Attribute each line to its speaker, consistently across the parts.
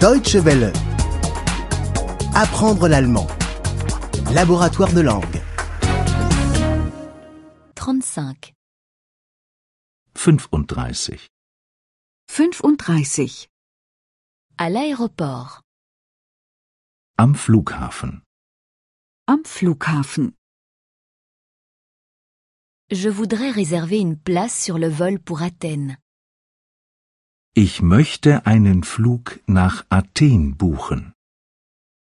Speaker 1: Deutsche Welle. Apprendre l'allemand. Laboratoire de langue.
Speaker 2: 35.
Speaker 3: 35.
Speaker 4: 35.
Speaker 2: À l'aéroport.
Speaker 3: Am Flughafen.
Speaker 4: Am Flughafen.
Speaker 2: Je voudrais réserver une place sur le vol pour Athènes.
Speaker 3: Ich möchte einen Flug nach Athen buchen.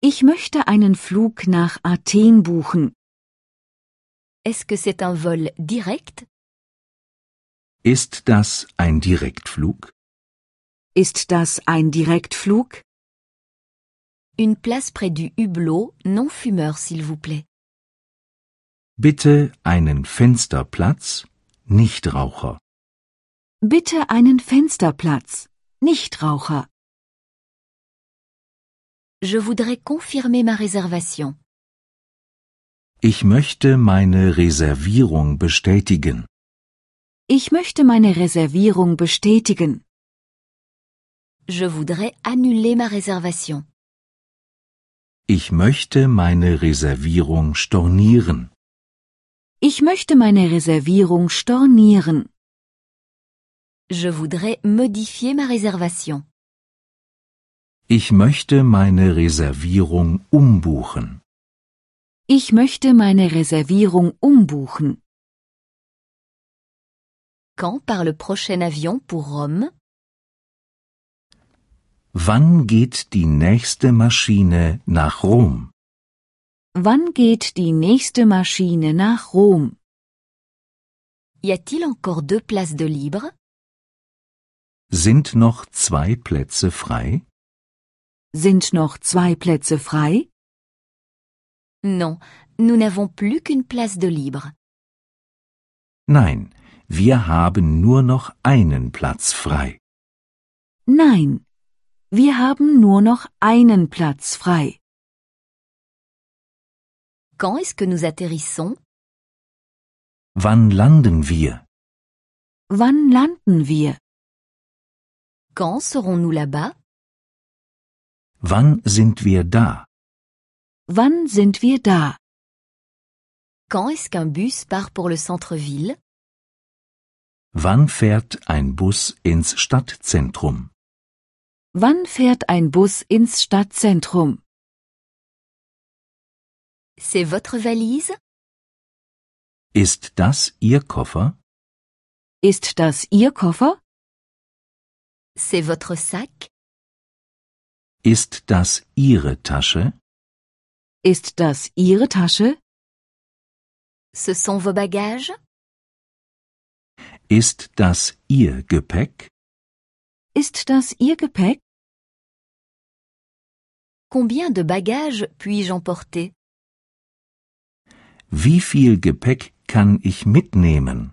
Speaker 4: Ich möchte einen Flug nach Athen buchen.
Speaker 2: Est-ce que c'est un vol direct
Speaker 3: Ist das ein Direktflug?
Speaker 4: Ist das ein Direktflug?
Speaker 2: Une place près du hublot, non fumeur s'il vous plaît.
Speaker 3: Bitte einen Fensterplatz, Nichtraucher.
Speaker 4: Bitte einen Fensterplatz. Nichtraucher.
Speaker 2: Je voudrais confirmer ma réservation.
Speaker 3: Ich möchte meine Reservierung bestätigen.
Speaker 4: Ich möchte meine Reservierung bestätigen.
Speaker 2: Je voudrais annuler ma réservation.
Speaker 3: Ich möchte meine Reservierung stornieren.
Speaker 4: Ich möchte meine Reservierung stornieren.
Speaker 2: Je voudrais modifier ma réservation.
Speaker 3: Ich möchte meine Reservierung umbuchen.
Speaker 4: Ich möchte meine Reservierung umbuchen.
Speaker 2: Quand part le prochain avion pour Rome
Speaker 3: Wann geht die nächste Maschine nach Rom?
Speaker 4: Wann geht die nächste Maschine nach Rom?
Speaker 2: Y a-t-il encore deux places de libre
Speaker 3: Sind noch zwei Plätze frei?
Speaker 4: Sind noch zwei Plätze frei?
Speaker 2: Non, nous n'avons plus qu'une place de libre.
Speaker 3: Nein, wir haben nur noch einen Platz frei.
Speaker 4: Nein. Wir haben nur noch einen Platz frei.
Speaker 2: Quand est-ce que nous atterrissons
Speaker 3: Wann landen wir?
Speaker 4: Wann landen wir?
Speaker 2: Quand serons-nous là-bas
Speaker 3: Wann sind wir da?
Speaker 4: Wann sind wir da?
Speaker 2: Quand est-ce qu'un bus part pour le centre-ville
Speaker 3: Wann fährt ein Bus ins Stadtzentrum?
Speaker 4: Wann fährt ein Bus ins Stadtzentrum?
Speaker 2: C'est votre valise
Speaker 3: Ist das Ihr Koffer?
Speaker 4: Ist das Ihr Koffer?
Speaker 2: C'est votre sac
Speaker 3: Ist das Ihre Tasche?
Speaker 4: Ist das Ihre Tasche?
Speaker 2: Ce sont vos bagages
Speaker 3: Ist das Ihr Gepäck?
Speaker 4: Ist das Ihr Gepäck?
Speaker 2: Combien de bagages puis-je emporter
Speaker 3: Wie viel Gepäck kann ich mitnehmen?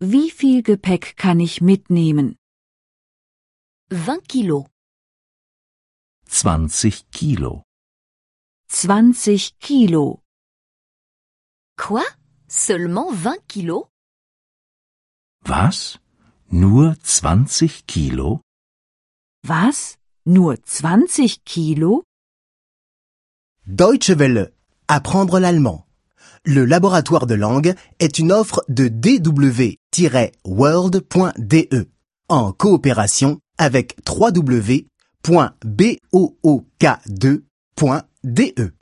Speaker 4: Wie viel Gepäck kann ich mitnehmen?
Speaker 2: 20 kilos.
Speaker 3: 20 Kilo.
Speaker 4: 20 Kilo.
Speaker 2: Quoi Seulement 20 kilos
Speaker 3: Was? Nur 20 Kilo?
Speaker 4: Was? Nur 20 Kilo?
Speaker 1: Deutsche Welle. Apprendre l'allemand. Le laboratoire de langue est une offre de dw-world.de e, en coopération avec www.book2.de.